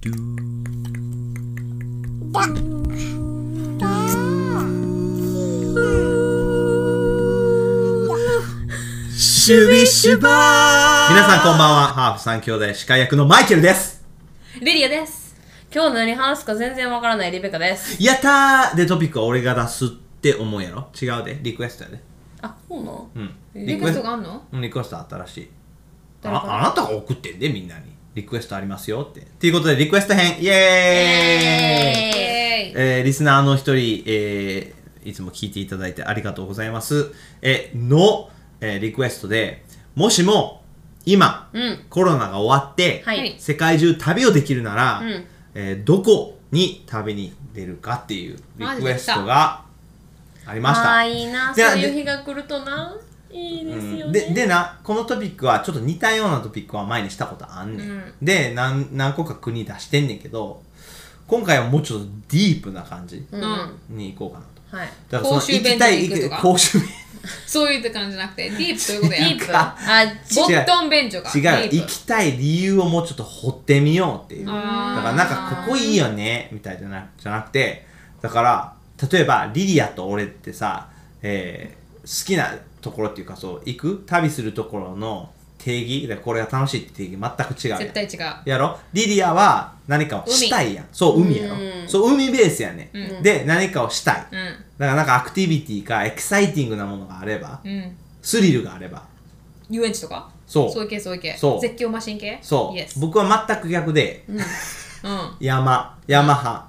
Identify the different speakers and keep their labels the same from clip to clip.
Speaker 1: ドゥー
Speaker 2: だだ
Speaker 1: シュビシュバー皆さんこんばんは。ハーフ三兄弟司会役のマイケルです。
Speaker 3: リリアです今日何話すか全然わからないリベカです
Speaker 1: やったーでトピックは俺が出すって思うやろ違うで。リクエストやで。
Speaker 3: あ、そうなの
Speaker 1: うん。
Speaker 3: リクエストがあんの
Speaker 1: うんリクエストあったらしい。
Speaker 3: 誰から
Speaker 1: ああなたが送ってんで、みんなに。リクエストありますよって。ということで、リクエスト編、イエーイ
Speaker 3: え
Speaker 1: えーリスナーの一人、えーいつも聞いていただいてありがとうございます。えーの、えーリクエストで、もしも今、
Speaker 3: うん
Speaker 1: コロナが終わって、
Speaker 3: はい
Speaker 1: 世界中旅をできるなら、
Speaker 3: うん
Speaker 1: えーどこに旅に出るかっていうリクエストがありました。
Speaker 3: あーいいな
Speaker 1: で
Speaker 3: そういう日が来るとないいですよ
Speaker 1: うん
Speaker 3: ね、
Speaker 1: ででなこのトピックはちょっと似たようなトピックは前にしたことあんねん、
Speaker 3: うん
Speaker 1: でなん何個か国出してんねんけど今回はもうちょっとディープな感じ
Speaker 3: うん、
Speaker 4: うん
Speaker 1: に行こうかなと
Speaker 3: はい
Speaker 1: だから
Speaker 4: 公
Speaker 1: そ
Speaker 4: 衆
Speaker 1: の行き
Speaker 4: 便所
Speaker 1: たい
Speaker 4: に行くとか
Speaker 1: 公衆便
Speaker 4: そういう感じじゃなくて、ディープということ
Speaker 3: デ
Speaker 4: や。
Speaker 3: ィープあ、
Speaker 1: 違う
Speaker 4: ボットン便所が。
Speaker 1: 違う
Speaker 4: ディー
Speaker 1: 行きたい理由をもうちょっと掘ってみようっていうだか
Speaker 4: あー
Speaker 1: らなんかここいいよねみたいじゃなじゃなくてだから例えばリリアと俺ってさ、えー好きなところっていうかそう行く旅するところの定義でこれが楽しいって定義全く違うやん
Speaker 4: プ絶対違う。
Speaker 1: やろリリアは何かをしたいやんそう海やろ
Speaker 3: うん
Speaker 1: そう海ベースやね、
Speaker 4: うん
Speaker 1: で何かをしたいだか
Speaker 4: うん。
Speaker 1: らなんかアクティビティかエキサイティングなものがあれば
Speaker 4: うん。
Speaker 1: スリルがあれば
Speaker 4: 遊園地とか
Speaker 1: そう
Speaker 4: そういう系、そういう系。
Speaker 1: そう
Speaker 4: 絶叫マシン系
Speaker 1: そう、
Speaker 4: イエス。うん。
Speaker 1: 僕は全く逆で山ヤマハ、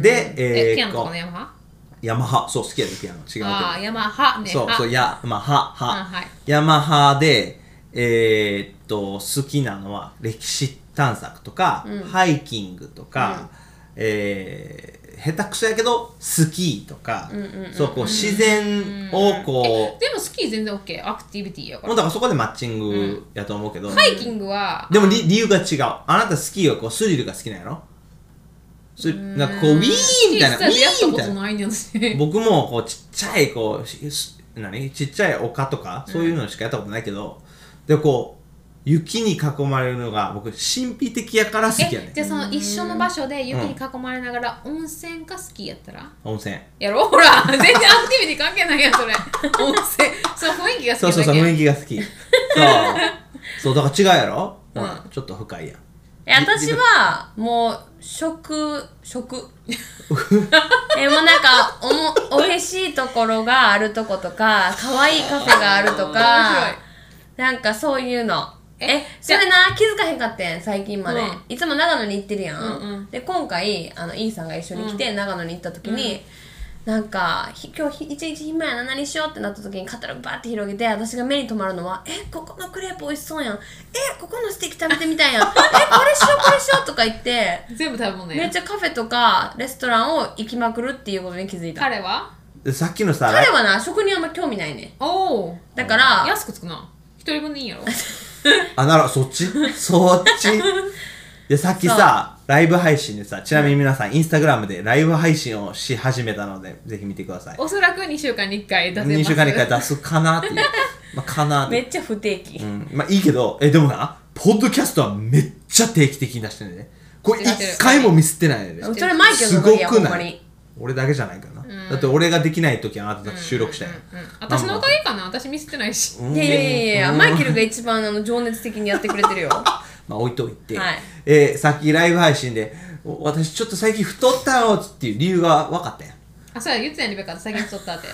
Speaker 1: でえ
Speaker 4: え、
Speaker 1: ー
Speaker 4: ピアノとかの
Speaker 1: こ
Speaker 4: ヤマハ
Speaker 1: うヤマハそう好きやでピアノ違うけど
Speaker 4: ああ、ヤマハね。
Speaker 1: そう
Speaker 4: ハ
Speaker 1: そうヤマハハ、
Speaker 4: うんはい
Speaker 1: ヤマハでえーっと好きなのは歴史探索とか、ハイキングとか、えー下手くそやけどスキーとか、そうこう自然をこ
Speaker 4: でもスキー全然 OK。アクティビティや
Speaker 1: う、
Speaker 4: か
Speaker 1: もうだ
Speaker 4: ら。
Speaker 1: からそこでマッチングやと思うけど、
Speaker 4: ハイキングは、
Speaker 1: でも理理由が違うあなたスキーはこうスリルが好きなんやろスリなんかこうウィーンみたいなウ
Speaker 4: スキーしたら
Speaker 1: ィー
Speaker 4: やった
Speaker 1: ンみ
Speaker 4: こ
Speaker 1: たい
Speaker 4: と
Speaker 1: な
Speaker 4: ないねん私。
Speaker 1: 僕もこうちっちゃいこうしし何ちっちゃい丘とかそういうのしかやったことないけど、でこう雪に囲まれるのが僕神秘的やから好きやね
Speaker 4: え、
Speaker 1: ん
Speaker 4: じゃあその一緒の場所で雪に囲まれながら温泉かスキーやったら
Speaker 1: 温泉
Speaker 4: やろ ほら、全然アクティビティ関係ないやん、それ。温泉。その雰囲気が好き
Speaker 1: そうそ
Speaker 4: なだけ
Speaker 1: うそう雰囲気が好きそうそうだから違うやろ、
Speaker 4: うん
Speaker 1: ほらちょっと深いやん
Speaker 3: え私はもう食 食えもうなんかおも美味しいところがあるとことか可愛いカフェがあるとかなんかそういうのえ
Speaker 4: え
Speaker 3: それな気づかへんかってん最近まで、
Speaker 4: うん
Speaker 3: いつも長野に行ってるやん、
Speaker 4: うんうん
Speaker 3: で今回あのイーさんが一緒に来て、長野に行った時に、なんかひ今日ひ一日暇やな何しようってなった時にカタログバーって広げて私が目に留まるのは「えここのクレープ美味しそうやんえここのステーキ食べてみた いやんえこれしようこれしよう」とか言って
Speaker 4: 全部食べ物
Speaker 3: めっ
Speaker 4: ね。
Speaker 3: ちゃカフェとかレストランを行きまくるっていうことに気づいた
Speaker 4: 彼は
Speaker 1: でさっきのさ
Speaker 3: 彼はな食にあんま興味ないね
Speaker 4: おお。
Speaker 3: だから
Speaker 4: 安くつくな。一人分でいいん やろ。
Speaker 1: あなるほどそっちそっちでさっきさライブ配信でさちなみに皆さん、インスタグラムでライブ配信をし始めたのでぜひ見てください
Speaker 4: おそらく2週間に1回出せます。
Speaker 1: 2週間に1回出すかなっていう まあかなってい
Speaker 3: め
Speaker 1: う、
Speaker 3: っちゃ不定期、
Speaker 1: うん、まあいいけどえでもなポッドキャストはめっちゃ定期的に出してるねこれ
Speaker 4: 出してる
Speaker 1: 一回もミスってないよね
Speaker 3: それマイケル
Speaker 1: す
Speaker 3: の
Speaker 1: ご
Speaker 3: 時や
Speaker 1: く
Speaker 3: ほんま
Speaker 1: な
Speaker 3: に
Speaker 1: い俺だけじゃないかな、だって俺ができない時あなただって収録したやん、
Speaker 4: うんうん私のおかげかな。私ミスってないし。
Speaker 3: いやいやいやいや、マイケルが一番あの情熱的にやってくれてるよ。
Speaker 1: まあ置いといて、
Speaker 3: はい
Speaker 1: えーさっきライブ配信でお私ちょっと最近太ったよっていう理由が分かったやん
Speaker 4: あ、そうや、言ってたやん、リベカ。最近太ったって。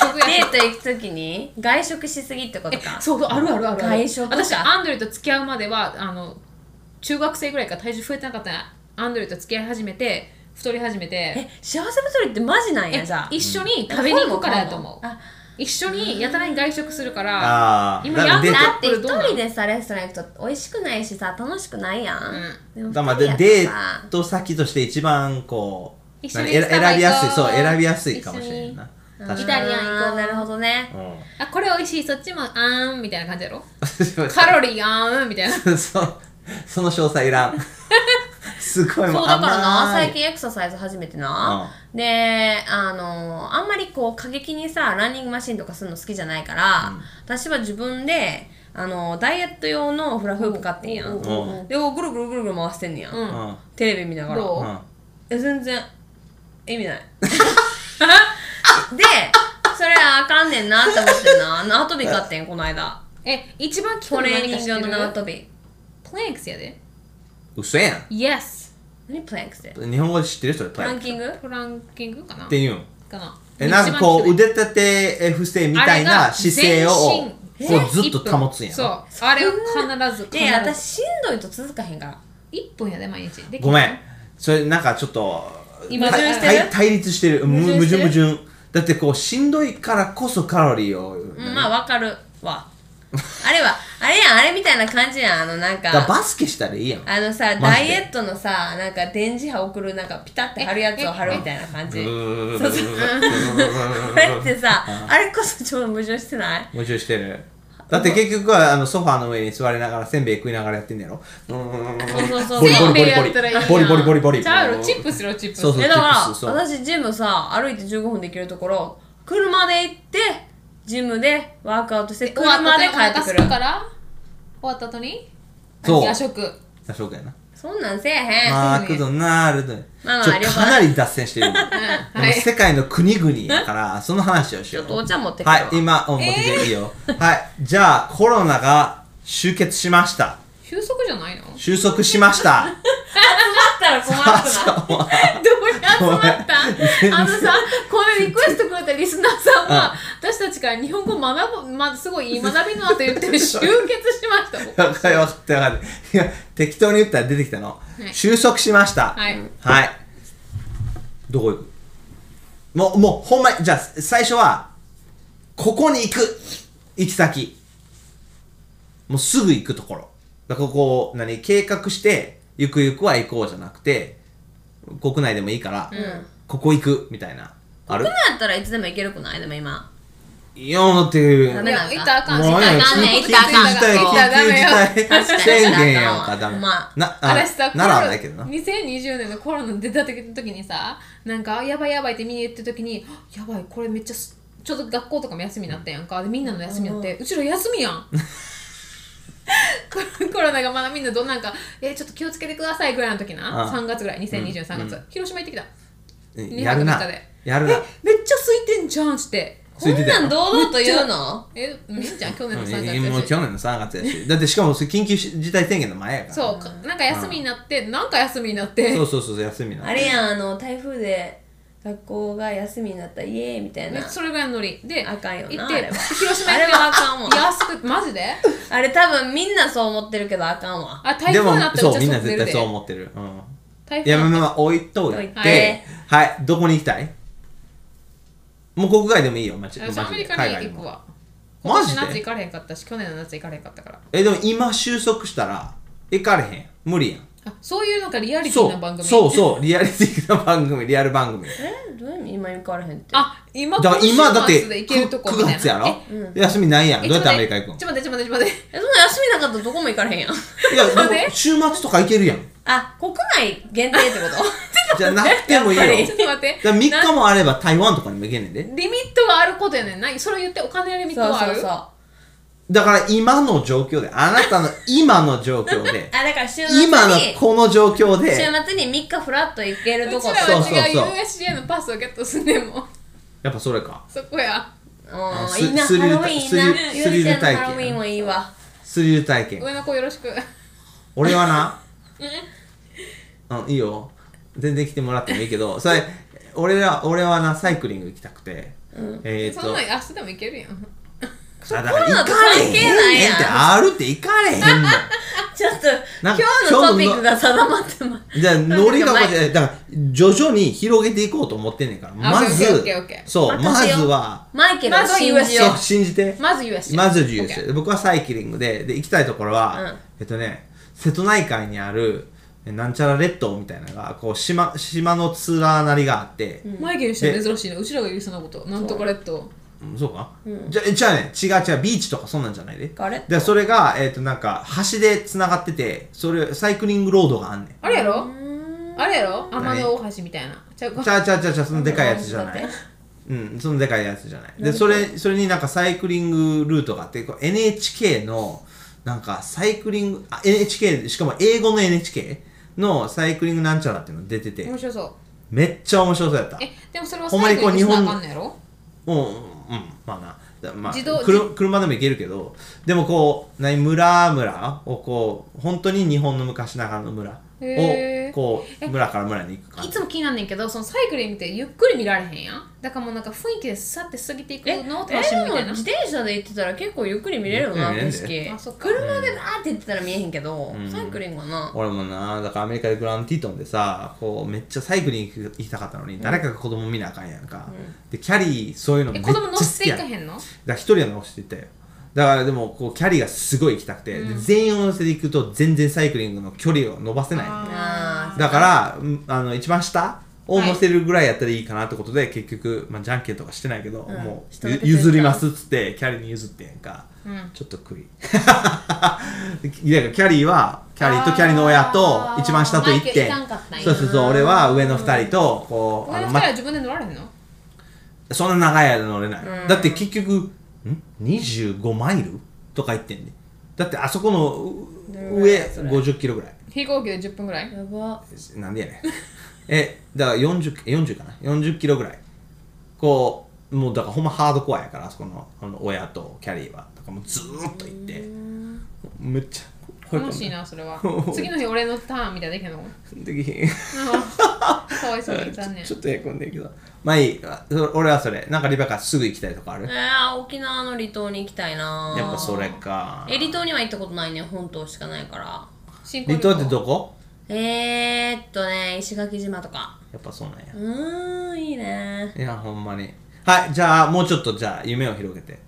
Speaker 4: 食や
Speaker 3: デート行くときに外食しすぎってことか。
Speaker 4: そうそう、あるあるある。
Speaker 3: 外食か
Speaker 4: 私、アンドレと付き合うまでは、あの、中学生ぐらいから体重増えてなかったなアンドレと付き合い始めて、太り始め
Speaker 3: え
Speaker 4: て、、
Speaker 3: 幸せ太りってマジなん
Speaker 4: え
Speaker 3: や、じゃあ。
Speaker 4: 一緒に食べに行くからやと思う。
Speaker 3: あ、
Speaker 4: 一緒にやたらに外食するから、
Speaker 1: ああ
Speaker 4: 今やんな
Speaker 1: デー
Speaker 3: だ
Speaker 1: ト
Speaker 3: って
Speaker 4: これ
Speaker 3: 一
Speaker 4: どうなの
Speaker 3: 人でさ、レストラン行くと美味しくないしさ、楽しくないやん。でも
Speaker 1: だまあ
Speaker 3: 二人や
Speaker 1: で
Speaker 3: と
Speaker 1: デ
Speaker 3: さ
Speaker 1: ート先として一番こう
Speaker 4: 一緒に
Speaker 1: 何えら
Speaker 4: スタバ
Speaker 1: 選
Speaker 4: 行こう
Speaker 1: びやすいそう選びやすいかもしれんな
Speaker 4: 一緒に
Speaker 1: 確
Speaker 4: イ
Speaker 1: か
Speaker 4: タリアン行こ
Speaker 3: あー
Speaker 4: う
Speaker 3: なるほどね。
Speaker 1: に、
Speaker 4: あ、これ美味しい、そっちも、あーん、みたいな感じやろ
Speaker 1: うん、
Speaker 4: カロリーあーん、みたいな。
Speaker 1: そその詳細いらんすごいも
Speaker 3: そうだからな
Speaker 1: 甘い
Speaker 3: 最近エクササイズ始めてな、であのあんまりこう過激にさランニングマシンとかするの好きじゃないから、私は自分であのダイエット用のフラフープ買ってんやん
Speaker 1: うん
Speaker 3: でぐるぐるぐるぐる回してんねや、
Speaker 4: うん
Speaker 1: うんうん
Speaker 3: テレビ見ながら
Speaker 4: どう
Speaker 3: え全然意味ない でそれあかんねんなって思ってんな縄跳び買ってんこの間
Speaker 4: え、一番聞く
Speaker 3: ト
Speaker 4: の
Speaker 3: レー
Speaker 4: 何
Speaker 3: ニ
Speaker 4: か
Speaker 3: ン
Speaker 4: 知
Speaker 3: グ
Speaker 4: っ
Speaker 3: 用
Speaker 4: て
Speaker 3: の
Speaker 4: る
Speaker 3: 縄跳び
Speaker 4: プランクスやで。
Speaker 1: 嘘や
Speaker 4: Yes。
Speaker 3: 何プランクスで
Speaker 1: ん日本語で知ってる人でプ
Speaker 3: プ
Speaker 1: ラ
Speaker 3: ラ
Speaker 1: ン
Speaker 3: ン
Speaker 1: クっ
Speaker 3: キング
Speaker 4: プランキングかな
Speaker 1: て言うん
Speaker 4: かな。
Speaker 1: えなんかこう
Speaker 4: 一番聞く
Speaker 1: 腕立て伏せみたいな姿勢をこ
Speaker 4: あれが全身
Speaker 1: うずっと保つんや
Speaker 4: そ
Speaker 1: ろ
Speaker 4: う。あれを必ず。
Speaker 3: で
Speaker 4: 必ず。
Speaker 3: 私しんどいと続かへんから
Speaker 4: 1分やで、毎日。で
Speaker 1: ごめん。それなんかちょっと
Speaker 4: 今
Speaker 1: た
Speaker 4: 矛盾して
Speaker 3: る
Speaker 1: た対立してるむ
Speaker 3: 矛
Speaker 1: 矛
Speaker 3: 盾して
Speaker 1: 盾
Speaker 3: る
Speaker 1: 矛盾だってこうしんどいからこそカロリーを、
Speaker 3: うんまあわかるわあれはあれやんあれみたいな感じやんあのなん
Speaker 1: だから
Speaker 3: か
Speaker 1: バスケしたらいいやん
Speaker 3: あのさ
Speaker 1: マ
Speaker 3: ダ
Speaker 1: ジで
Speaker 3: イエットのさなんか電磁波送るなんかピタって貼るやつを貼るみたいな感じそうそうこれってさあれこそちょっと矛盾してない
Speaker 1: 矛盾してるだって結局はあのソファーの上に座りながらせんべい食いながらやってんねやろ
Speaker 3: そうそうそう
Speaker 1: ボリボリボ
Speaker 4: せんべい
Speaker 1: リボ
Speaker 4: やっ
Speaker 1: リ
Speaker 4: たらいいやん
Speaker 1: ボリボリボリボリ
Speaker 4: ちゃうよチップスよ、チップス。
Speaker 1: そうそう
Speaker 3: えだから
Speaker 1: チップスそう
Speaker 3: 私ジムさ歩いて15分で行けるところ車で行ってジムでワークアウトして
Speaker 4: 終わった
Speaker 3: 車
Speaker 4: 後
Speaker 3: で
Speaker 4: にお
Speaker 3: 帰
Speaker 4: 腹
Speaker 3: って
Speaker 4: す
Speaker 3: く
Speaker 4: く
Speaker 3: る
Speaker 4: から終わった後に
Speaker 1: そう
Speaker 4: 夜食。
Speaker 1: あそうかやな
Speaker 3: そんなんせえへん、
Speaker 1: マクドナルド
Speaker 3: まあまあ
Speaker 1: ちょっと
Speaker 3: 了解
Speaker 1: かなり脱線してる、
Speaker 4: は
Speaker 1: で
Speaker 4: い
Speaker 1: も世界の国々やからその話をし
Speaker 3: ち
Speaker 1: よ
Speaker 3: ょ
Speaker 1: う
Speaker 3: っとお茶持ってくるわ、
Speaker 1: はい今お持ってきていいよ、はいじゃあコロナが終結しました
Speaker 4: 収束じゃ ないの
Speaker 1: 収束しま した
Speaker 3: だったら 困るくない
Speaker 4: どうや集まったあのさこのリクエストくれたリスナーさんは私たちから日本語学ぶ、ま、すごいいい学びの後言ってる集結しました もん
Speaker 1: わかりましたわかりましたいや適当に言ったら出てきたの、
Speaker 4: い
Speaker 1: 収束しました
Speaker 4: はい
Speaker 1: はいどこ行くもうもうほんまにじゃあ最初はここに行く行き先もうすぐ行くところだからこう何計画してゆくゆくは行こうじゃなくて国内でもいいから、ここ行くみたいなある
Speaker 3: 国内やったらいつでも行けるくないでも今
Speaker 1: いやだって
Speaker 3: ダ
Speaker 4: い
Speaker 3: メ
Speaker 4: や行ったらあかん
Speaker 1: もう
Speaker 4: 行ったらあ
Speaker 3: あ
Speaker 4: か
Speaker 3: か
Speaker 4: ん
Speaker 3: ん
Speaker 4: ね
Speaker 3: ね
Speaker 4: 行
Speaker 3: 行
Speaker 4: っ
Speaker 3: ったた
Speaker 4: ら
Speaker 3: ら
Speaker 4: あ
Speaker 1: 緊急事
Speaker 3: あかん
Speaker 4: かん
Speaker 1: 態
Speaker 3: 行ったらあかん
Speaker 1: 宣言やんかダメ
Speaker 3: まあ
Speaker 1: なあ
Speaker 4: 私さ、
Speaker 1: ならないけどな
Speaker 4: コロナ2020年のコロナ出た時にさ、なんか、あやばいやばいってみんな言ってる時に、あやばい、これめっちゃす、ちょうど学校とかも休みになったやんか。で、みんなの休みになって、うちら 休みやん。コロナがまだみんなどうなんか、え、ちょっと気をつけてくださいぐらいの時な、
Speaker 1: ああ
Speaker 4: 3月ぐらい、2023月、
Speaker 1: うんうん
Speaker 4: 広島行ってきた。
Speaker 1: うん
Speaker 4: 二
Speaker 1: や
Speaker 4: 泊
Speaker 1: る
Speaker 4: 三
Speaker 1: な
Speaker 4: 日で。
Speaker 1: や
Speaker 4: え、
Speaker 1: る
Speaker 4: めっ
Speaker 1: な
Speaker 4: ちゃ空いてんじゃんって。
Speaker 3: こんなん堂々と言うの
Speaker 4: え、みんちゃん、去年の3
Speaker 1: うんもう
Speaker 4: 月
Speaker 1: 去年の3月やしだってしかもそれ緊急事態宣言の前やから
Speaker 4: そう、かなんか休みになって、なんか休みになって
Speaker 1: そ、うそうそうそう休みなの
Speaker 3: あれやんあの台風で学校が休みになったイエーイみたいな
Speaker 4: ねそれぐらいのノリで
Speaker 3: あかんよな
Speaker 4: 行っ
Speaker 3: あれ
Speaker 4: て
Speaker 3: は
Speaker 4: 広島
Speaker 3: あ
Speaker 4: 行
Speaker 3: れ
Speaker 4: って
Speaker 3: はあかんわ
Speaker 4: 安くマジで
Speaker 3: あれ多分みんなそう思ってるけどあかんわ
Speaker 4: あ台
Speaker 1: で
Speaker 4: 風
Speaker 1: も
Speaker 4: になったら
Speaker 1: そうみんな
Speaker 4: 外出
Speaker 1: 絶
Speaker 4: る
Speaker 1: 対
Speaker 4: で
Speaker 1: そう思ってるうん
Speaker 4: 台
Speaker 1: いやまあ
Speaker 4: 風
Speaker 1: まあまあ置いと
Speaker 3: 置い
Speaker 1: い
Speaker 3: て
Speaker 1: てはいどこに行きたいもう国外でもいいよマジ
Speaker 4: 私
Speaker 1: マ
Speaker 4: ア
Speaker 1: ジ
Speaker 4: メ
Speaker 1: で
Speaker 4: リ
Speaker 1: 海
Speaker 4: カ
Speaker 1: 外
Speaker 4: に
Speaker 1: で
Speaker 4: 行く
Speaker 1: も
Speaker 4: わ今
Speaker 1: マジ
Speaker 4: 年夏行
Speaker 1: で
Speaker 4: かれへんかったし去年の夏行かれへんかったから
Speaker 1: えでも今収束したら行かれへん無理やん
Speaker 4: あそういうなんかリアリティ
Speaker 1: そ
Speaker 4: な番
Speaker 1: う
Speaker 4: 組
Speaker 1: そうそうリアリティな番組リアル 番組
Speaker 3: えどういう意味今行かれへんって
Speaker 4: あ今
Speaker 1: だから今だって
Speaker 4: 今週末で行けるとこ
Speaker 1: 9
Speaker 4: みたいな
Speaker 1: 月やろ
Speaker 4: え
Speaker 1: 休みないやん
Speaker 4: え
Speaker 1: どうやってアメリカ行くん
Speaker 4: ちょっと待ってちょっと待って
Speaker 3: え
Speaker 4: ちょっと待って
Speaker 3: そんな休みなかったらどこも行かれへんやん
Speaker 1: いや
Speaker 4: 待って
Speaker 1: でも週末とか行けるやん
Speaker 3: あ国内限定ってこと
Speaker 1: じゃなくて もいいよ
Speaker 3: やっぱり
Speaker 4: ちょっと待って
Speaker 1: だから3日もあれば台湾とかにも行けんねんで
Speaker 4: リミットはあることやねんなそれ言ってお金の リミット
Speaker 3: そう
Speaker 4: はあ
Speaker 3: そう
Speaker 4: る
Speaker 3: そう
Speaker 1: だから今の状況であなたの今の状況 で
Speaker 3: あだから週末に
Speaker 1: 今のこの状況
Speaker 3: 週
Speaker 1: で
Speaker 3: 末に3日フラッと行けると
Speaker 4: うち
Speaker 3: こ
Speaker 4: らは
Speaker 1: そ
Speaker 4: 違う
Speaker 1: うそうそう
Speaker 4: USJ のパスをゲットすんねんもん
Speaker 1: やっぱそれか
Speaker 4: そこや
Speaker 3: うん
Speaker 1: ス
Speaker 3: いいな
Speaker 1: ス
Speaker 3: ハ
Speaker 1: リル
Speaker 3: ロウ
Speaker 1: た
Speaker 3: ィンいいな
Speaker 1: スリスリル
Speaker 3: ユージちゃん
Speaker 1: 体験
Speaker 3: のハロウィンもいいわ
Speaker 1: スリル体験
Speaker 4: 上の子よろしく
Speaker 1: 俺はなうんいいよ全然来てもらってもいいけどそれ俺ら俺はなサイクリング行きたくて、えー、っ
Speaker 4: そ
Speaker 1: と
Speaker 4: んなん明日でも行けるやん
Speaker 1: あだから行かれへん
Speaker 3: コロナと関係ない
Speaker 1: ねん
Speaker 3: や
Speaker 1: っ
Speaker 3: ん
Speaker 1: てあるって行かれへんの
Speaker 3: ちょっと
Speaker 1: なん
Speaker 3: 今
Speaker 1: か
Speaker 3: 日のトピックが定まってます
Speaker 1: じゃあ ノリがこうやってだから徐々に広げていこうと思ってんねんからまず
Speaker 4: オッケーオッケーオッケー
Speaker 1: そうま
Speaker 3: 私よ
Speaker 1: ずは
Speaker 3: マイケルを
Speaker 4: まずは
Speaker 3: 信じよ
Speaker 1: そう信じて
Speaker 4: まず USJ
Speaker 1: まず自由
Speaker 4: OK
Speaker 1: して僕はサイキリングでで行きたいところは、
Speaker 3: うん
Speaker 1: えっとね瀬戸内海にあるえなんちゃら列島みたいなのがこう島島のツラーなりがあって、
Speaker 4: 眉毛にしては珍しいなうちらが言うそうなことなんとかレッド
Speaker 1: うんそうか、じゃじゃあね違う違うビーチとかそんなんじゃないで
Speaker 3: あれ
Speaker 1: でそれがえっ、となんか橋でつながっててそれサイクリングロードがあんねん
Speaker 4: あれやろ
Speaker 3: う
Speaker 4: あれやろ天の大橋みたいな。ちゃう か
Speaker 1: ち。ゃうちゃうちゃうちゃうそのでかいやつじゃな
Speaker 3: だ
Speaker 1: い
Speaker 3: って
Speaker 1: うんそのでかいやつじゃないでそれそれになんかサイクリングルートがあってこう NHK のなんかサイクリングあ NHK しかも英語の NHK のサイクリングなんちゃらっていうの出てて
Speaker 4: 面白そう。
Speaker 1: めっちゃ面白そうやった
Speaker 4: え、でもそれは
Speaker 1: ほんま
Speaker 4: 最
Speaker 1: にこ
Speaker 4: 後
Speaker 1: う
Speaker 4: にしなあかんのやろ
Speaker 1: うんうんまあなだまあ、
Speaker 4: 自動
Speaker 1: くる車でも行けるけどでもこう何村々をこう本当に日本の昔ながらの村
Speaker 4: へ
Speaker 1: を
Speaker 4: ー
Speaker 1: こう村から村に行く感
Speaker 4: い
Speaker 1: じ
Speaker 4: つも気になんねんけど、そのサイクリングってゆっくり見られへんやん。だからもうなんか雰囲気でさって過ぎていく
Speaker 3: え
Speaker 4: のを
Speaker 3: え
Speaker 4: 楽しむみた
Speaker 3: で
Speaker 4: い
Speaker 3: も
Speaker 4: な。
Speaker 3: 自転車で行ってたら結構ゆっくり見れるよな
Speaker 1: ゆっくり
Speaker 3: 景
Speaker 1: 見れ
Speaker 3: 色
Speaker 4: あそっか
Speaker 3: 車でバーって行ってたら見えへんけど、
Speaker 1: ん
Speaker 3: サイクリングはな
Speaker 1: 俺もなだからアメリカでグランティートンでさこうめっちゃサイクリング行きたかったのに、誰かが子供見なあかんやんか、でキャリーそういうのめ
Speaker 4: え、
Speaker 1: っち
Speaker 4: 子
Speaker 1: ゃ
Speaker 4: 供
Speaker 1: 好
Speaker 4: 乗
Speaker 1: き
Speaker 4: せてい
Speaker 1: やん
Speaker 4: か
Speaker 1: だか
Speaker 4: へんの
Speaker 1: ら一人は乗せていったよだからでもこうキャリーがすごい行きたくて、で全員を乗せていくと全然サイクリングの距離を伸ばせないの
Speaker 3: あ
Speaker 1: だから、うんあの一番下を
Speaker 4: はい
Speaker 1: 乗せるぐらいやったらいいかなってことで、結局、まあ、じゃんけんとかしてないけど、も
Speaker 3: 人
Speaker 1: う
Speaker 3: の
Speaker 1: ゆ
Speaker 3: 手伝い
Speaker 1: 譲りますっつってキャリーに譲ってんやんか、
Speaker 4: ん
Speaker 1: ちょっと 悔いだからキャリーはキャリーとキャリーの親と
Speaker 4: あー
Speaker 1: 一番下と行っ
Speaker 4: マイケル
Speaker 1: て
Speaker 4: いかんかったんや
Speaker 1: そうそうそう俺は上の二人とこう
Speaker 4: これ
Speaker 1: あ
Speaker 4: 二
Speaker 1: の、
Speaker 4: 人
Speaker 1: ま
Speaker 4: は、自分で乗られへんの
Speaker 1: そんな長い間乗れない、だって結局ん25マイルとか行ってんねだってあそこのう上50キロぐらい
Speaker 4: 飛行機で10分ぐら い
Speaker 3: ーやば
Speaker 1: なん でやねん。え、だから40、40かな ?40 キロぐらい。こう、もうだからほんまハードコアやから、あそこのあの親とキャリーは。だからもうずーっと行って。めっちゃ、
Speaker 4: 楽しいな、それは。次の日俺のターンみたいなできへ んの
Speaker 1: できへん。
Speaker 4: あーかわいそうに、残念
Speaker 1: ち。ょっとへこんでるけど。まあいい。あそ俺はそれ。なんかリバカすぐ行きたいとかある
Speaker 3: えー、沖縄の離島に行きたいな
Speaker 1: やっぱそれか。
Speaker 3: え離島には行ったことないね本島しかないから
Speaker 4: 新婚
Speaker 1: 離
Speaker 4: 旅行
Speaker 1: 島ってどこ
Speaker 3: えー、っとね石垣島とか
Speaker 1: やっぱそうなんや。
Speaker 3: うーんいいね
Speaker 1: いや、ほんまに。はい、じゃあ、もうちょっとじゃあ、夢を広げて。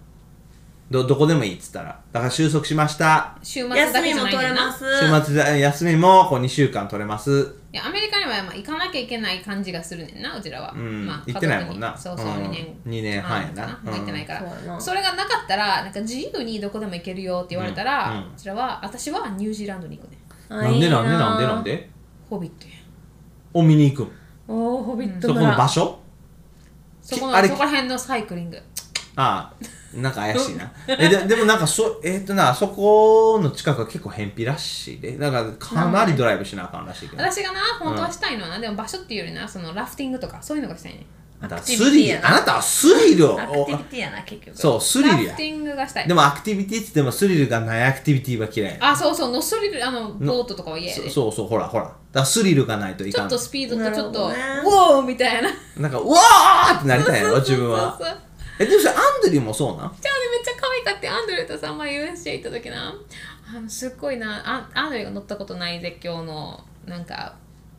Speaker 1: ど、どこでもいいっつったら。だから収束しました。
Speaker 4: 週末だ
Speaker 3: 休
Speaker 4: け
Speaker 3: み
Speaker 4: じゃ
Speaker 3: も
Speaker 4: ない
Speaker 3: 取
Speaker 4: ね
Speaker 3: れ
Speaker 4: ん
Speaker 3: ま
Speaker 4: な。
Speaker 3: す
Speaker 1: 週末で休みもこう2週間取れます
Speaker 4: いやアメリカにはまあ行かなきゃいけない感じがするねんなうちらは、
Speaker 1: ん
Speaker 4: まあ、
Speaker 1: 行ってないもんな
Speaker 4: 家族にそうそう
Speaker 1: うん
Speaker 4: 2年
Speaker 1: 二年半やな
Speaker 4: かもう行ってないから、
Speaker 3: うんそうやな
Speaker 4: それがなかったらなんか自由にどこでも行けるよって言われた
Speaker 1: う
Speaker 4: ら、うん
Speaker 1: うん
Speaker 4: ちらは私はニュージーランドに行くねん
Speaker 3: あ
Speaker 1: なんでなんで
Speaker 3: いい
Speaker 1: なんでなんで
Speaker 4: ホビットやん
Speaker 1: を見に行くん
Speaker 3: おおホビッ
Speaker 1: そ
Speaker 3: ト
Speaker 1: こ
Speaker 3: 村
Speaker 1: の場所
Speaker 4: そこ
Speaker 1: あれ
Speaker 4: のそこら辺のサイクリング
Speaker 1: ああなんか怪しいなえででもなんかそえっとなあそこの近くは結構偏僻らしいでだからかなりドライブしなあかんらしいけど
Speaker 4: 私がな本当はしたいのはな、でも場所っていうよりなそのラフティングとかそういうのがしたいねん
Speaker 1: だから
Speaker 3: アクティ
Speaker 1: ス
Speaker 3: ビティ
Speaker 1: リ
Speaker 3: や
Speaker 1: ル
Speaker 3: な
Speaker 1: あなたはスリルを
Speaker 3: アクティビティやな結局
Speaker 1: そうスリル
Speaker 4: ラ
Speaker 1: や
Speaker 4: フティングがしたい
Speaker 1: でもアクティビティって言ってもスリルがないアクティビティは嫌い
Speaker 4: あそうそうのっそりるあのボートとかは嫌や
Speaker 1: そ
Speaker 4: で
Speaker 1: そうそうほらほらだからスリルがないとい
Speaker 4: ちょ
Speaker 1: か
Speaker 4: っ
Speaker 1: ん
Speaker 4: とスピードとちょっと、
Speaker 3: なるほ
Speaker 4: ウォーみたいな
Speaker 1: なんかうわーってなりたいやろ自分は
Speaker 4: そうそうそう
Speaker 1: えでもそれアンドリューもそうなん
Speaker 4: じゃあねめっちゃ可愛かってアンドリューとさ、まあ、USJ 行った時なあのすっごいなあアンドリューが乗ったことない絶叫のなんか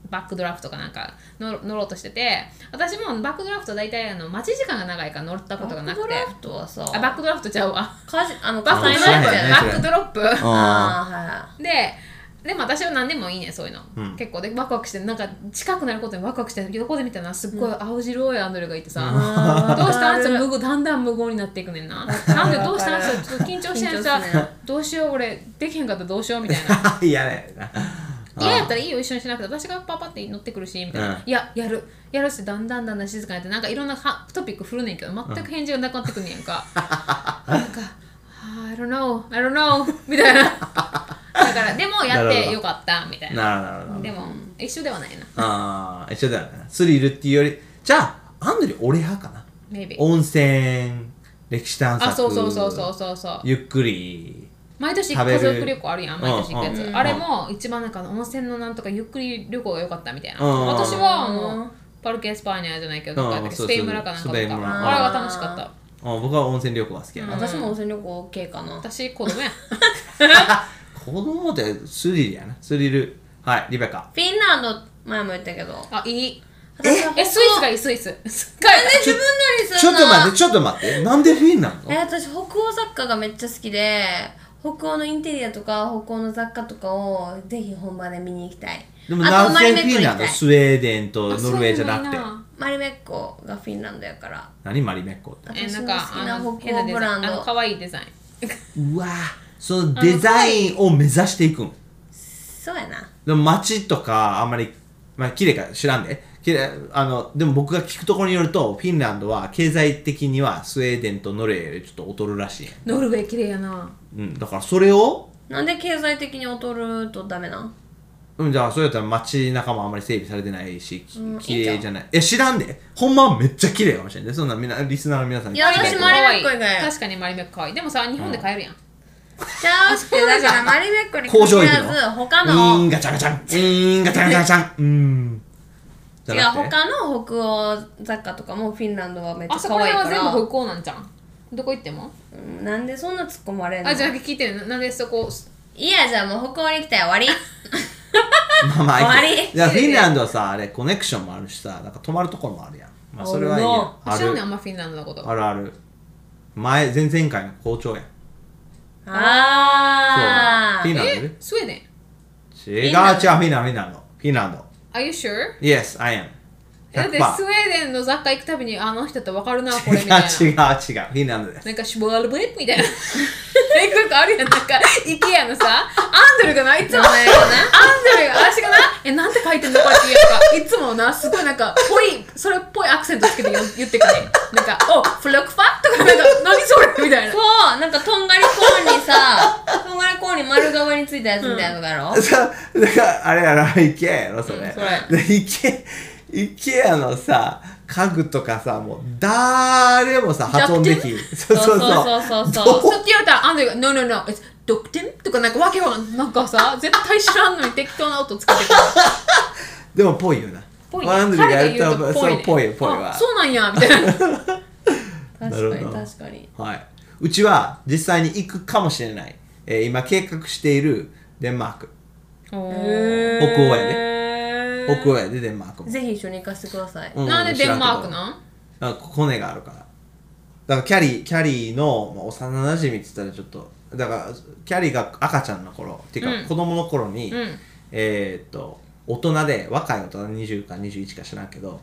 Speaker 4: バックドラフトかなんか乗乗ろうとしてて私もバックドラフト大体あの待ち時間が長いから乗ったことがなくて
Speaker 3: バックドラフトはさ
Speaker 4: あバックドラフトちゃうわ
Speaker 3: かじあの
Speaker 4: バ
Speaker 3: 火
Speaker 4: ック
Speaker 3: 災
Speaker 4: ド
Speaker 3: のや
Speaker 4: ラ
Speaker 1: 知ら
Speaker 4: フト
Speaker 1: へんね
Speaker 4: やバックドロップ
Speaker 1: あ
Speaker 3: ああ
Speaker 4: ででも私は何でもいいねんそういうの、結構でワクワクしてなんか近くなることにワクワクしてんだけどこで見たらすっごい青白いアンドレがいてさ、
Speaker 3: ん
Speaker 4: どうした
Speaker 3: うん
Speaker 4: んって無言だんだん無言になっていくねんななんでどうした
Speaker 3: わ
Speaker 4: んっ
Speaker 3: かる
Speaker 4: てちょっと緊張してん さ
Speaker 3: 緊張するね
Speaker 4: どうしよう俺できへんかったらどうしようみたいな
Speaker 1: いやね
Speaker 4: 嫌やったらいいよ一緒にしなくて私がパパって乗ってくるしみたいな、
Speaker 1: うん
Speaker 4: いややるやるしてだんだんだんだん静かになってなんかいろんなはトピック振るねんけど全く返事がなくなってくんね んか、なんか「I don't know I don't know」みたいなだからでもやってよかったみたい
Speaker 1: なるほ
Speaker 4: な
Speaker 1: どなるほど
Speaker 4: でも、一緒ではないな。
Speaker 1: ああ、一緒だよね。スリルっていうより、じゃあ、アンドリュー俺派かな。
Speaker 4: Maybe。
Speaker 1: 温泉、歴史探索。
Speaker 4: あ、そうそうそうそうそうそう。
Speaker 1: ゆっくり。
Speaker 4: 毎年
Speaker 1: 食べ
Speaker 4: 家
Speaker 1: る
Speaker 4: 族旅行あるやん、毎年行くやつ。
Speaker 1: うんうん
Speaker 4: あれも一番なんか温泉のなんとかゆっくり旅行が良かったみたいな。
Speaker 1: うん
Speaker 4: 私はあの、パルケ・エスパーニャじゃないけど、どこやったっけ
Speaker 1: うんそうそう
Speaker 4: スペイン村かなんかと
Speaker 1: スペイン
Speaker 4: か。
Speaker 1: 村
Speaker 4: あれは楽しかった。
Speaker 1: あ僕は温泉旅行が好きやな。
Speaker 3: 私も温泉旅行 OK かな
Speaker 4: 私、子供やん。
Speaker 1: 子供ってスリルやな。スリル。はい、リベカ。
Speaker 3: フィンランド前も言ったけど
Speaker 4: あ、いい。
Speaker 3: 私は
Speaker 4: え、スイスがいい、スイス。すっごい
Speaker 3: 自分なりするな
Speaker 1: ちょっと待って、ちょっと待って。なんでフィンな
Speaker 3: え
Speaker 1: の
Speaker 3: 私北欧雑貨がめっちゃ好きで北欧のインテリアとか北欧の雑貨とかをぜひ本場で見に行きたい
Speaker 1: でも
Speaker 3: あ
Speaker 1: な
Speaker 3: とマ
Speaker 1: ぜ
Speaker 3: リメッ
Speaker 1: フ
Speaker 3: コ
Speaker 1: ィン
Speaker 3: 行き
Speaker 1: な
Speaker 3: た
Speaker 1: の
Speaker 3: い
Speaker 1: スウェーデンと ノルウェーじゃなくて。
Speaker 3: マリメッコがフィンランドやから
Speaker 1: 何マリメッコって。
Speaker 4: え、なん
Speaker 3: 私の好きな
Speaker 4: か、あ
Speaker 3: 北
Speaker 4: の、
Speaker 3: 欧ブランド
Speaker 4: 変なデザイあの、可愛いデザイン。
Speaker 1: うわぁ、そのデザインを目指していくん。
Speaker 3: そうやな
Speaker 1: でも街とかあんまりまあ綺麗か知らんで綺麗あのでも僕が聞くところによるとフィンランドは経済的にはスウェーデンとノルウェーよりちょっと劣るらしいんや
Speaker 4: ノルウェー綺麗やな
Speaker 1: うん、だからそれを
Speaker 3: なんで経済的に劣るとダメなん
Speaker 1: うん、じゃあそれやったら街中もあんまり整備されてないしき
Speaker 3: うん
Speaker 1: 綺麗じゃないえ知らんでほんまはめっちゃ綺麗かもしれないそんなみんなリスナーの皆さんに
Speaker 3: いや
Speaker 1: 聞きた
Speaker 3: 私
Speaker 1: けど
Speaker 3: もあれマリメッコ以外
Speaker 4: 確かにマリメッコ可愛いでもさ日本で買えるやん、
Speaker 3: ちゃうってだからマリメッコに
Speaker 1: 工場
Speaker 3: 限
Speaker 1: 行
Speaker 3: ら
Speaker 1: く
Speaker 3: ず
Speaker 1: の
Speaker 3: 他
Speaker 1: うー
Speaker 3: の
Speaker 1: んガチャガチャンうーんガチャガチャガチャンうーんじゃ
Speaker 3: いや
Speaker 1: なくて
Speaker 3: 他の北欧雑貨とかもフィンランドはめっちゃ
Speaker 4: あそこ
Speaker 3: 可愛い
Speaker 4: ら
Speaker 3: か
Speaker 4: 辺は
Speaker 3: ら
Speaker 4: 全部北欧なんじゃんどこ行っても
Speaker 3: うんなんでそんな突っ込まれんの
Speaker 4: あじゃあ聞いてるななんでそこ
Speaker 3: いやじゃあもう北欧に来たら終 わり
Speaker 1: まあまあ
Speaker 3: 終わり
Speaker 1: いいけどいやフィンランドはさあれコネクションもあるしさなんか泊まるところもあるやんまあそれはいいや
Speaker 3: あ
Speaker 1: あ
Speaker 4: 知らんねんあ
Speaker 1: る
Speaker 4: んまフィンランドのこと
Speaker 1: あるある前前々回の校長やん
Speaker 3: あ
Speaker 1: そうフィンラ
Speaker 3: ー
Speaker 1: ンド
Speaker 4: え
Speaker 1: で
Speaker 4: スウェーデン
Speaker 1: 違う違うフィン
Speaker 3: ラ
Speaker 1: ラ
Speaker 3: ン
Speaker 1: ン
Speaker 3: ド
Speaker 1: ドフィンランドフィンランド
Speaker 4: Are you sure?
Speaker 1: Yes I am
Speaker 4: だってスウェーデンの雑貨行くたびにあの人って分かるなこれみたい
Speaker 1: 違う違う違う
Speaker 4: な
Speaker 1: フィンランドです
Speaker 4: なんかシュボールブレッみたいな えこれあるやんなんか IKEA のさアンドルがないつもねアンドルが私がなえなんて書いてんのこれって言うやんかいつもなすごいなんかぽいそれっぽいアクセントつけて言う言ってくねなんかおフロクファとかなんか何それみたいな
Speaker 3: そうなんかとんがりコーンにさとんがりコーンに丸側についたやつみたいなのだろ、
Speaker 1: さだからあれやろ IKEA やろそれ,、
Speaker 4: うんそ
Speaker 1: で IKEA, IKEA のさ家具とかさもう誰もさ発音できんそうそうそう
Speaker 3: そうそう
Speaker 4: そ
Speaker 3: そう
Speaker 4: って言われたら、アンドリーが、No, no, no, it's ドクテンとかなんかわけわかんない。なんかさ、絶対知らんのに適当な音つけてくる。
Speaker 1: でもぽいよな
Speaker 4: ぽいね
Speaker 1: ワンドリーがやる
Speaker 4: 彼が言
Speaker 1: と
Speaker 4: うと
Speaker 1: そ
Speaker 4: ぽいね
Speaker 1: うぽいよぽい
Speaker 4: あ
Speaker 1: わ
Speaker 4: そうなんや、みたいな。
Speaker 3: 確
Speaker 1: なる
Speaker 3: か
Speaker 1: ほ
Speaker 3: に
Speaker 1: ど
Speaker 3: 確かに
Speaker 1: はい、うちは実際に行くかもしれない、えー今計画しているデンマーク北
Speaker 3: 北
Speaker 1: 欧や
Speaker 3: ね
Speaker 1: 北欧やでデンマークも、
Speaker 3: ぜひ一緒に行かせてください、
Speaker 1: う
Speaker 4: なんでデンマーク
Speaker 1: ん
Speaker 4: なん
Speaker 1: なんかコネがあるから。だからキャリー、キャリーのまあ幼馴染って言ったらちょっと、だからキャリーが赤ちゃんの頃、っていう
Speaker 4: うん
Speaker 1: か子供の頃に、
Speaker 4: うん
Speaker 1: えーっと、大人で、若い大人20か21か知らんけど、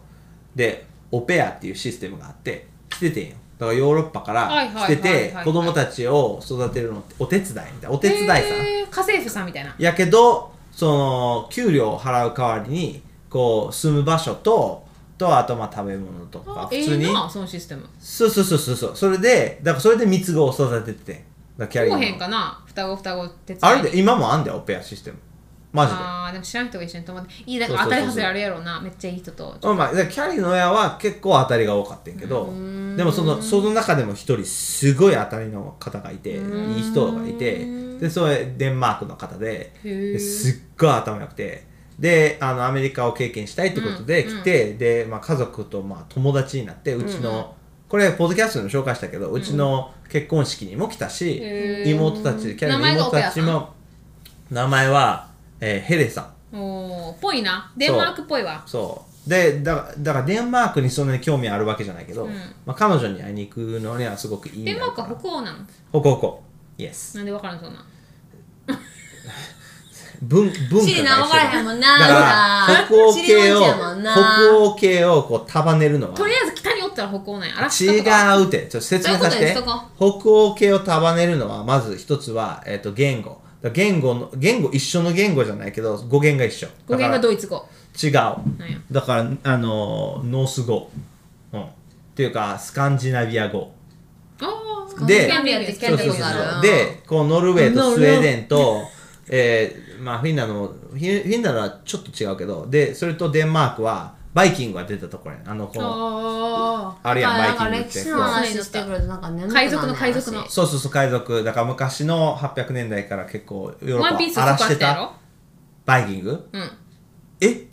Speaker 1: で、オペアっていうシステムがあって、来ててんよ。だからヨーロッパか
Speaker 4: は
Speaker 1: ら
Speaker 4: いはい
Speaker 1: 来
Speaker 4: はい
Speaker 1: て
Speaker 4: は
Speaker 1: て、
Speaker 4: い
Speaker 1: 子供たちを育てるのってお手伝いみたいな、お手伝いさん。
Speaker 4: えー家政婦さんみたいな。
Speaker 1: やけどその給料を払う代わりにこう住む場所ととあとまあ食べ物とか
Speaker 4: あ
Speaker 1: 普通に、
Speaker 4: ええな、そのシステム。
Speaker 1: そうそうそうそうそうそれでだからそれで三つ子を育てててだからキャリー
Speaker 4: こ
Speaker 1: の
Speaker 4: うへんかな双子双子手伝いに。
Speaker 1: あるで今もあんだよオペアシステムマジで
Speaker 4: あーでも知らん人が一緒に泊まって。いい、だから
Speaker 1: そ
Speaker 4: 当
Speaker 1: うそう
Speaker 4: た
Speaker 1: そう
Speaker 4: り外れあるやろうな。めっちゃいい人と。
Speaker 1: うんまあ、だからキャリーの親は結構当たりが多かったんやけどでもそのその中でも一人すごい当たりの方がいていい人がいてでそれデンマークの方で
Speaker 4: へー
Speaker 1: ですっごい頭良くてであのアメリカを経験したいってことで来て、で、まあ、家族とまあ友達になってうちの、これポッドキャストでも紹介したけどうちの結婚式にも来たし
Speaker 4: へー
Speaker 1: 妹たちキャリーの
Speaker 4: 名前が
Speaker 1: 妹
Speaker 4: オペ
Speaker 1: た
Speaker 4: ア
Speaker 1: ち
Speaker 4: さん
Speaker 1: も名前は、えーヘレさん。
Speaker 4: おー、ぽいな。デンマークっぽいわ。
Speaker 1: そうでだだからデンマークにそんなに興味あるわけじゃないけど、
Speaker 4: うん
Speaker 1: まあ、彼女に会いに行くのにはすごくいい
Speaker 4: デンマーク
Speaker 1: ほ
Speaker 4: は北欧なの
Speaker 1: ほこほこ Yes
Speaker 4: なんでわかるのそんな。
Speaker 1: 文文
Speaker 3: シリ
Speaker 1: 化が
Speaker 3: な分からへんもんな
Speaker 1: だから北欧
Speaker 3: シリ
Speaker 1: 系
Speaker 3: の
Speaker 1: を
Speaker 3: うちやもんな
Speaker 1: 北欧系をこう束ねるのは
Speaker 4: とりあえず北におったら北欧なんや。アラスカ
Speaker 1: 違
Speaker 4: とか
Speaker 1: うってちょっと説明させて
Speaker 4: そういうこと
Speaker 1: 北欧系を束ねるのはまず一つは、えっと言語だから言語の言語一緒の言語じゃないけど語源が一緒
Speaker 4: 語源が
Speaker 1: だか
Speaker 4: ドイツ語。
Speaker 1: ら違う
Speaker 4: なんや。
Speaker 1: だからあのノース語、うん、っていうかスカンジナビア語
Speaker 4: あー
Speaker 1: で
Speaker 4: スカンディナビアって聞いた
Speaker 1: そう
Speaker 4: ことあ
Speaker 1: そうそう
Speaker 4: る
Speaker 3: な
Speaker 1: そうでこうノルウェーとスウェーデンと、えーまあ、フィンランドもフィンフィンランドはちょっと違うけどでそれとデンマークはバイキングが出たところやあのこの
Speaker 4: あー
Speaker 1: あるやん
Speaker 3: なん
Speaker 1: バ
Speaker 3: か
Speaker 1: イキングっ
Speaker 3: 歴
Speaker 1: て
Speaker 3: 史の話してくれてなんか眠くなる
Speaker 4: 海賊の海賊の
Speaker 1: そうそうそう海賊だから昔の800年代から結構ヨーロ
Speaker 4: ワンピー
Speaker 1: ッ
Speaker 4: ス
Speaker 1: パ
Speaker 4: と
Speaker 1: 荒
Speaker 4: からあ
Speaker 1: し
Speaker 4: ってたや
Speaker 1: た
Speaker 4: ろ
Speaker 1: バイキング
Speaker 4: うん。
Speaker 1: え違う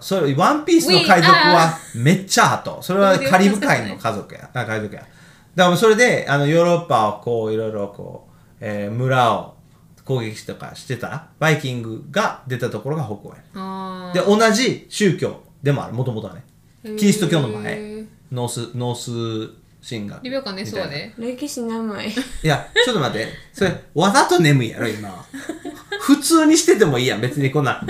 Speaker 1: それワンピースの海賊
Speaker 4: We
Speaker 1: はめっちゃ後それはカリブ海の家族やあ海賊やだからそれであのヨーロッパをこういろいろこう、えー村を攻撃とかしてたバイキングが出たところが北欧や
Speaker 4: あ
Speaker 1: で同じ宗教でもあるもともとはね
Speaker 4: ー
Speaker 1: キリスト教の前
Speaker 4: へー
Speaker 1: ノースノース神学
Speaker 4: リベカね、
Speaker 1: み
Speaker 4: そ
Speaker 1: たい
Speaker 4: うや
Speaker 1: な
Speaker 4: で。
Speaker 3: 歴史眠い
Speaker 1: いや、ちょっと待って。それ、わざと眠いやろ、今は。普通にしててもいいやん。別にこんな、ほえ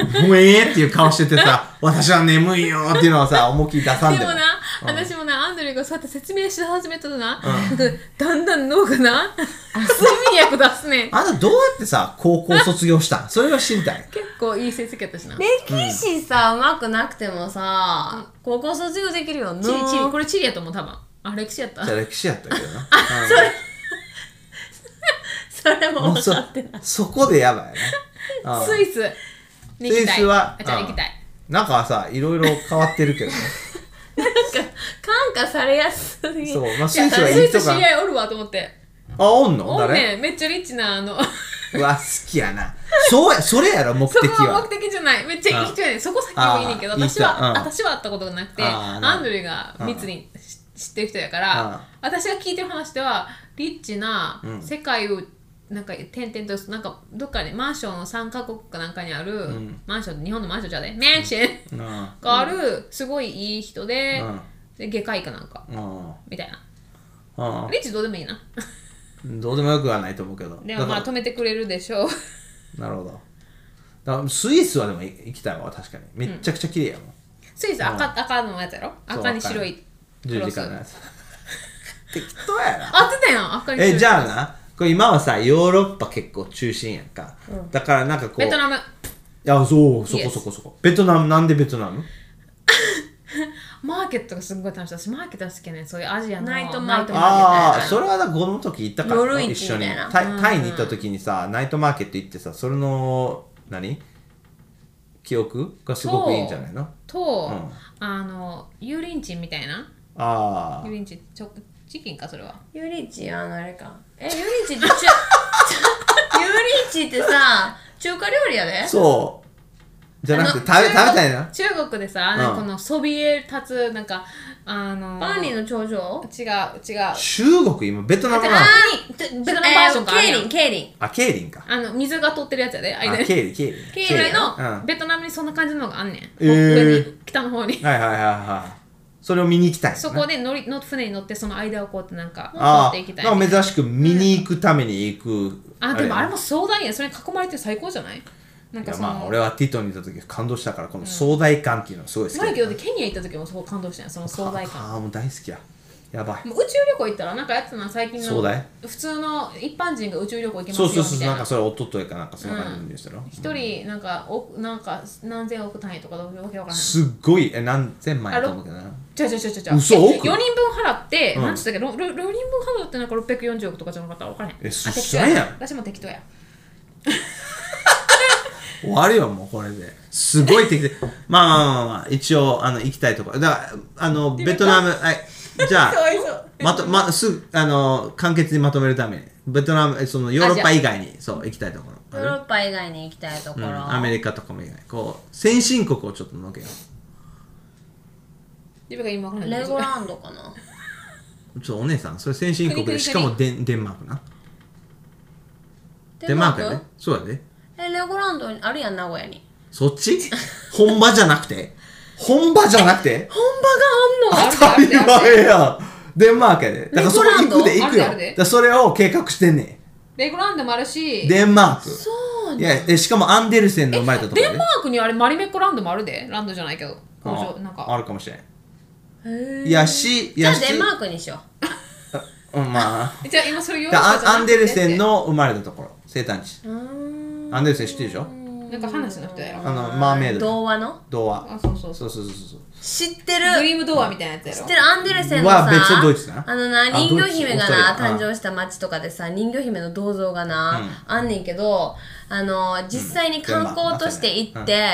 Speaker 1: ーっていう顔しててさ、私は眠いよーっていうのはさ、思いっきり出さん
Speaker 4: で
Speaker 1: で
Speaker 4: も
Speaker 1: も。
Speaker 4: な、私もな、アンドリューがそうやって説明し始めたとな、なんかだんだん脳がな、睡眠薬出すねん。
Speaker 1: あんたどうやってさ、高校卒業したんそれは知りたい。
Speaker 4: 結構いい成績やったしな。
Speaker 3: 歴史さ、うまくなくてもさ、高校卒業できるよな。
Speaker 4: チリチリこれチリやと思う多分。あ歴史やった。
Speaker 1: じゃあ
Speaker 4: う
Speaker 1: 歴史やったけど な。
Speaker 3: それ
Speaker 1: うん
Speaker 3: も
Speaker 1: もう
Speaker 3: 分
Speaker 1: そ
Speaker 3: かってない。
Speaker 1: そこでやばいね。うん
Speaker 4: んスイスに行きたい。
Speaker 1: スイスは
Speaker 4: あじゃあ行きたい。
Speaker 1: なんかさ、いろいろ変わってるけ どね。
Speaker 3: 感化されやすい。
Speaker 1: そう、まあス
Speaker 4: いや
Speaker 1: イスは
Speaker 4: ス
Speaker 1: いい
Speaker 4: イ
Speaker 1: と
Speaker 4: ス知
Speaker 1: か。
Speaker 4: り合いおるわと思って。
Speaker 1: あ、おんの
Speaker 4: おん
Speaker 1: 誰
Speaker 4: ねんめっちゃリッチなあの。
Speaker 1: うわ、好きやな。そうや、それやろ、目
Speaker 4: そ
Speaker 1: 的
Speaker 4: こは
Speaker 1: は
Speaker 4: 目。的じゃない。めっちゃ行きたいねん。そこ先でもいいねんけど、
Speaker 1: あー
Speaker 4: 私は、
Speaker 1: 行きたいうん
Speaker 4: 私は会ったことがなくて、
Speaker 1: あーな
Speaker 4: アンドリューが密にし知ってる人やから、私が聞いてる話では、リッチな
Speaker 1: うん
Speaker 4: 世界を、なんか転々となんかどっかにマンションの3カ国かなんかにある、
Speaker 1: ん
Speaker 4: マンション日本のマンションじゃねマンション
Speaker 1: うん。
Speaker 4: があるすごいいい人で,、
Speaker 1: う
Speaker 4: で外科医かなんか
Speaker 1: ん。
Speaker 4: みたいな
Speaker 1: うん。
Speaker 4: リッチどうでもいいな
Speaker 1: うん。どうでもよくはないと思うけど。
Speaker 4: でもまあ
Speaker 1: だか
Speaker 4: 止めてくれるでしょう
Speaker 1: らなるほど。だからスイスはでもい行きたいわ、確かに。めっちゃくちゃ綺麗やもん。
Speaker 4: スイス赤,、赤のやつやろ
Speaker 1: そう
Speaker 4: 赤に白い
Speaker 1: 十字架のやつ。 適当や な。
Speaker 4: あ合ってたやん赤に白い
Speaker 1: え、じゃあな、これ今はさ、ヨーロッパ結構中心やんか。だからなんかこう。
Speaker 4: ベトナム
Speaker 1: いや、そう、そ
Speaker 4: Yes
Speaker 1: こそこそこ。ベトナム、なんでベトナム
Speaker 4: マーケットがすんごい楽しい私マーケットが好きやねんそういうアジアの
Speaker 3: ナイトマーケッ
Speaker 1: あ
Speaker 3: ト
Speaker 4: ナイトマーケットみたい
Speaker 1: あ
Speaker 4: な
Speaker 1: ー、それはだこの時行ったから
Speaker 3: 夜
Speaker 1: な
Speaker 3: 市
Speaker 1: 一緒に
Speaker 3: みたいな
Speaker 1: タイ。タイに行った時にさ、ナイトマーケット行ってさ、それの、何記憶がすごくいいんじゃないの
Speaker 4: と、
Speaker 1: うん
Speaker 4: あの油淋鶏みたいな
Speaker 1: ああ
Speaker 4: 油淋鶏ちょチキンかそれは
Speaker 3: ユリチあのあれかえユリチってちゅ ちゅユリチってさ中華料理やで
Speaker 1: そう。じゃなくて、食
Speaker 4: あ
Speaker 1: べ、
Speaker 4: の
Speaker 1: 食べたいな。
Speaker 4: 中国中国でさ、なん
Speaker 1: うん
Speaker 4: かこのそびえ立つなんかあの
Speaker 3: 万里の長城
Speaker 4: 違う違う
Speaker 1: 中国、今、ベトナムなの
Speaker 3: あー
Speaker 4: ベトナムバージョンがある
Speaker 3: え
Speaker 4: や
Speaker 3: ー
Speaker 4: ん
Speaker 3: ケイリンケイリン
Speaker 1: あ、ケイリンか。
Speaker 4: あの水が通ってるやつやで
Speaker 1: あ、
Speaker 4: 間に
Speaker 1: ケイリン、ケイリン。
Speaker 3: ケイリン
Speaker 4: それ
Speaker 1: うん
Speaker 4: のベトナムにそんな感じのがあんねん、
Speaker 1: ー
Speaker 4: 上に北の方に
Speaker 1: はいはいはいはい。それを見に行きたい、ね。
Speaker 4: そこで乗りの船に乗ってその間をこうやってなんか
Speaker 1: あ
Speaker 4: 通っていき
Speaker 1: あ、
Speaker 4: たい
Speaker 1: なんか珍しく見に行くために行く。
Speaker 4: あでもあれ
Speaker 1: も。
Speaker 4: も壮大やんそれに囲まれて最高じゃないなん
Speaker 1: い
Speaker 4: か
Speaker 1: や
Speaker 4: その
Speaker 1: まあ、俺はティトにいた時感動したから、この壮大感っていうのはすごい好きだ
Speaker 4: マイケルでケニア行った時もそこ感動したやんその壮大感
Speaker 1: ああ、もう大好きや。やばい。
Speaker 4: もう宇宙旅行行ったらなんかやつな最近
Speaker 1: 壮
Speaker 4: の
Speaker 1: 大
Speaker 4: 普通の一般人が宇宙旅行行けます
Speaker 1: そ
Speaker 4: よ
Speaker 1: うそう
Speaker 4: み
Speaker 1: そう、
Speaker 4: たい
Speaker 1: なん
Speaker 4: な
Speaker 1: かそれ、おとといかなんか、そんな感じのニュースだろ。
Speaker 4: 一人なんかおなんか何千億単位とかどういうわけわからない
Speaker 1: すっごい、え、何千万やと思うけどな。
Speaker 4: ちゃうちゃうちゃうちゃう
Speaker 1: 嘘
Speaker 4: 4
Speaker 1: 億
Speaker 4: 人分払って、
Speaker 1: うん
Speaker 4: なんつったっけろろ6人分払ってなんか640億とかじゃなかったら分からへん
Speaker 1: えそ
Speaker 4: あ適当
Speaker 1: そんなんやん
Speaker 4: 私も適当や
Speaker 1: 終わるよ、もうこれで。すごい適当。まあまあまあまあ、一応、あの、行きたいところ。だから、あの、ベトナム、はい。じゃあ、
Speaker 4: い そう
Speaker 1: まと、ま、すぐ、あの、簡潔にまとめるために、ベトナム、えその、ヨーロッパ以外に、そう、行きたいところ。
Speaker 3: ヨーロッパ以外に行きたいところ、
Speaker 1: うんアメリカとかも以外こう先進国をちょっと抜けよう
Speaker 4: 自分が今分からへん
Speaker 3: レゴランドかな
Speaker 1: ちょっとお姉さんそれ先進国で
Speaker 4: 国々
Speaker 1: しかもデンデンマークなデ
Speaker 3: デ
Speaker 1: ン
Speaker 3: ン
Speaker 1: マ
Speaker 3: マ
Speaker 1: ー
Speaker 3: ー
Speaker 1: ク
Speaker 3: ク
Speaker 1: やねそうやで
Speaker 3: えレゴランドにあるやん名古屋に
Speaker 1: そっち 本場じゃなくて本場じゃなくて
Speaker 4: 本場があんの
Speaker 1: 当たり前やデンマークやでだからそこ行くで
Speaker 4: レゴ
Speaker 1: 行
Speaker 4: ランド
Speaker 1: くよだ
Speaker 4: あ
Speaker 1: か
Speaker 4: るであるで
Speaker 1: らそれを計画してんね
Speaker 4: レゴランドもあるし
Speaker 1: んデンマーク
Speaker 3: そう
Speaker 1: いやえしかもアンデルセンの生まれたとこ
Speaker 4: デ
Speaker 1: や
Speaker 4: ン
Speaker 1: で
Speaker 4: マークにあれマリメッコランドもあるでランドじゃないけど工場
Speaker 1: あ
Speaker 4: なん
Speaker 1: あ
Speaker 4: か
Speaker 1: るかもしれん
Speaker 3: へえ
Speaker 1: いやしい
Speaker 3: じゃ
Speaker 1: や
Speaker 3: あ
Speaker 1: し
Speaker 3: デンマークにしよ
Speaker 1: うんまあ
Speaker 4: じゃあ今それヨー
Speaker 1: だ
Speaker 4: ロ
Speaker 1: か
Speaker 4: ッパじ
Speaker 1: ら
Speaker 4: ゃ
Speaker 1: ア
Speaker 4: な
Speaker 1: ン
Speaker 4: くて
Speaker 1: デルセンの生まれたところ生誕地
Speaker 3: ううーん
Speaker 1: アンデルセン知ってるでしょ
Speaker 4: なんか話の人やろ
Speaker 1: あのマーメイド
Speaker 3: 童話の
Speaker 1: 童話
Speaker 4: あそうそうそう
Speaker 1: そうそうそうそう
Speaker 3: 知って
Speaker 4: ド
Speaker 3: る
Speaker 4: リームドアみたいなやつや
Speaker 3: 知
Speaker 4: ろ
Speaker 3: ってるアンデルセンの
Speaker 1: は
Speaker 3: さ
Speaker 1: 別にドイツだな
Speaker 3: あのな
Speaker 1: あ
Speaker 3: 人魚姫がな
Speaker 1: ドイツオーストラリア
Speaker 3: 誕生した町とかでさ人魚姫の銅像がな、あんねんけどあの実際に観光として行って、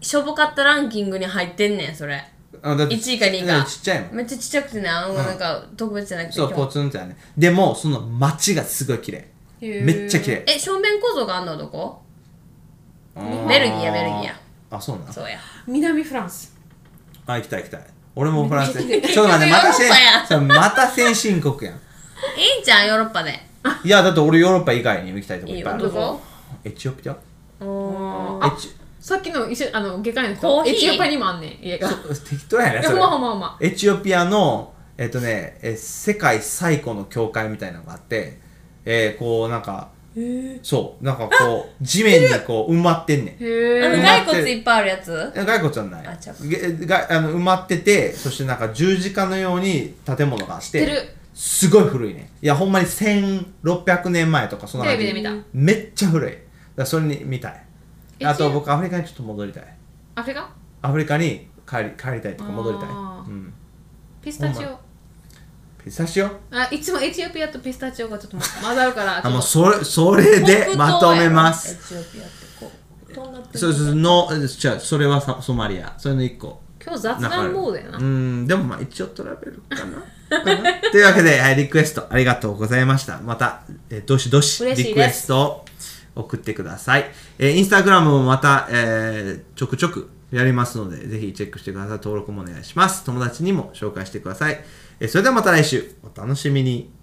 Speaker 3: しょぼかったランキングに入ってんねんそれ
Speaker 1: あだって
Speaker 3: 1位か2位か
Speaker 1: ちっちゃいもん
Speaker 3: めっちゃちっちゃくてねあの、なんか特別じゃなくて
Speaker 1: そう
Speaker 3: 今日
Speaker 1: ポツンってあるねでもその街がすごい綺麗
Speaker 4: へー
Speaker 1: めっちゃ綺麗
Speaker 3: え正面構造があんのはどこ
Speaker 1: うん
Speaker 3: ベルギーやベルギーや
Speaker 1: あそうなの
Speaker 3: そうや
Speaker 4: 南フランス
Speaker 1: あ行きたい行きたい俺もフランス
Speaker 4: めっ
Speaker 1: でちょっと待ってまた
Speaker 3: ヨーロッパや
Speaker 1: 先そうまた先進国やん
Speaker 3: いいんちゃんヨーロッパで
Speaker 1: いやだって俺ヨーロッパ以外にも行きたいとこ
Speaker 3: い
Speaker 1: い
Speaker 3: い
Speaker 1: っぱい
Speaker 3: よ
Speaker 1: あ
Speaker 3: ど
Speaker 1: る
Speaker 3: うぞ
Speaker 1: エチオピア
Speaker 3: お
Speaker 1: エチ
Speaker 4: さっきの一緒あの外科医の
Speaker 3: コー
Speaker 4: 人
Speaker 3: ヒー
Speaker 4: エチオピアにもあんねん家が
Speaker 1: 適当やね
Speaker 4: いや
Speaker 1: そ
Speaker 4: ほん
Speaker 1: れ
Speaker 4: まほんまほんま
Speaker 1: エチオピアのえっとねえ世界最古の教会みたいなのがあってえーこうなんかそうなんかこう地面にこう埋まってんねん
Speaker 4: へ
Speaker 3: あの
Speaker 4: ー
Speaker 3: 骸骨いっぱいあるやつ
Speaker 1: え骸骨じゃない
Speaker 3: あ違う
Speaker 1: げがあの埋まっててそしてなんか十字架のように建物があっ
Speaker 4: 知っててる
Speaker 1: すごい古いねいやほんまに1600年前とかそんな
Speaker 4: テレ
Speaker 1: 感
Speaker 4: ビ
Speaker 1: じ
Speaker 4: で見た
Speaker 1: めっちゃ古いだからそれに見たい
Speaker 4: エ一
Speaker 1: あと僕アフリカにちょっと戻りたい
Speaker 4: アフリカ
Speaker 1: アフリカに帰り帰りたいとか戻りたい、
Speaker 4: あー
Speaker 1: うん、
Speaker 4: ピスタチオ
Speaker 1: ピスタチオ
Speaker 4: あいつもエチオピアとピスタチオがちょっと混ざるからち
Speaker 1: あ
Speaker 4: ょ
Speaker 1: もう
Speaker 4: っと
Speaker 1: それそれでまとめます
Speaker 3: エチオピアってこうどんなって
Speaker 1: そうそうのじゃそれはサソマリアそれの一個
Speaker 4: 今日雑談モードやな
Speaker 1: うんでもまあ一応トラベルかな かなというわけで、はい、リクエストありがとうございましたまた、えーどしどし
Speaker 4: 嬉し
Speaker 1: リ
Speaker 4: いです
Speaker 1: クエストを送ってください、えーインスタグラムもまた、えーちょくちょくやりますのでぜひチェックしてください登録もお願いします友達にも紹介してください、えーそれではまた来週お楽しみに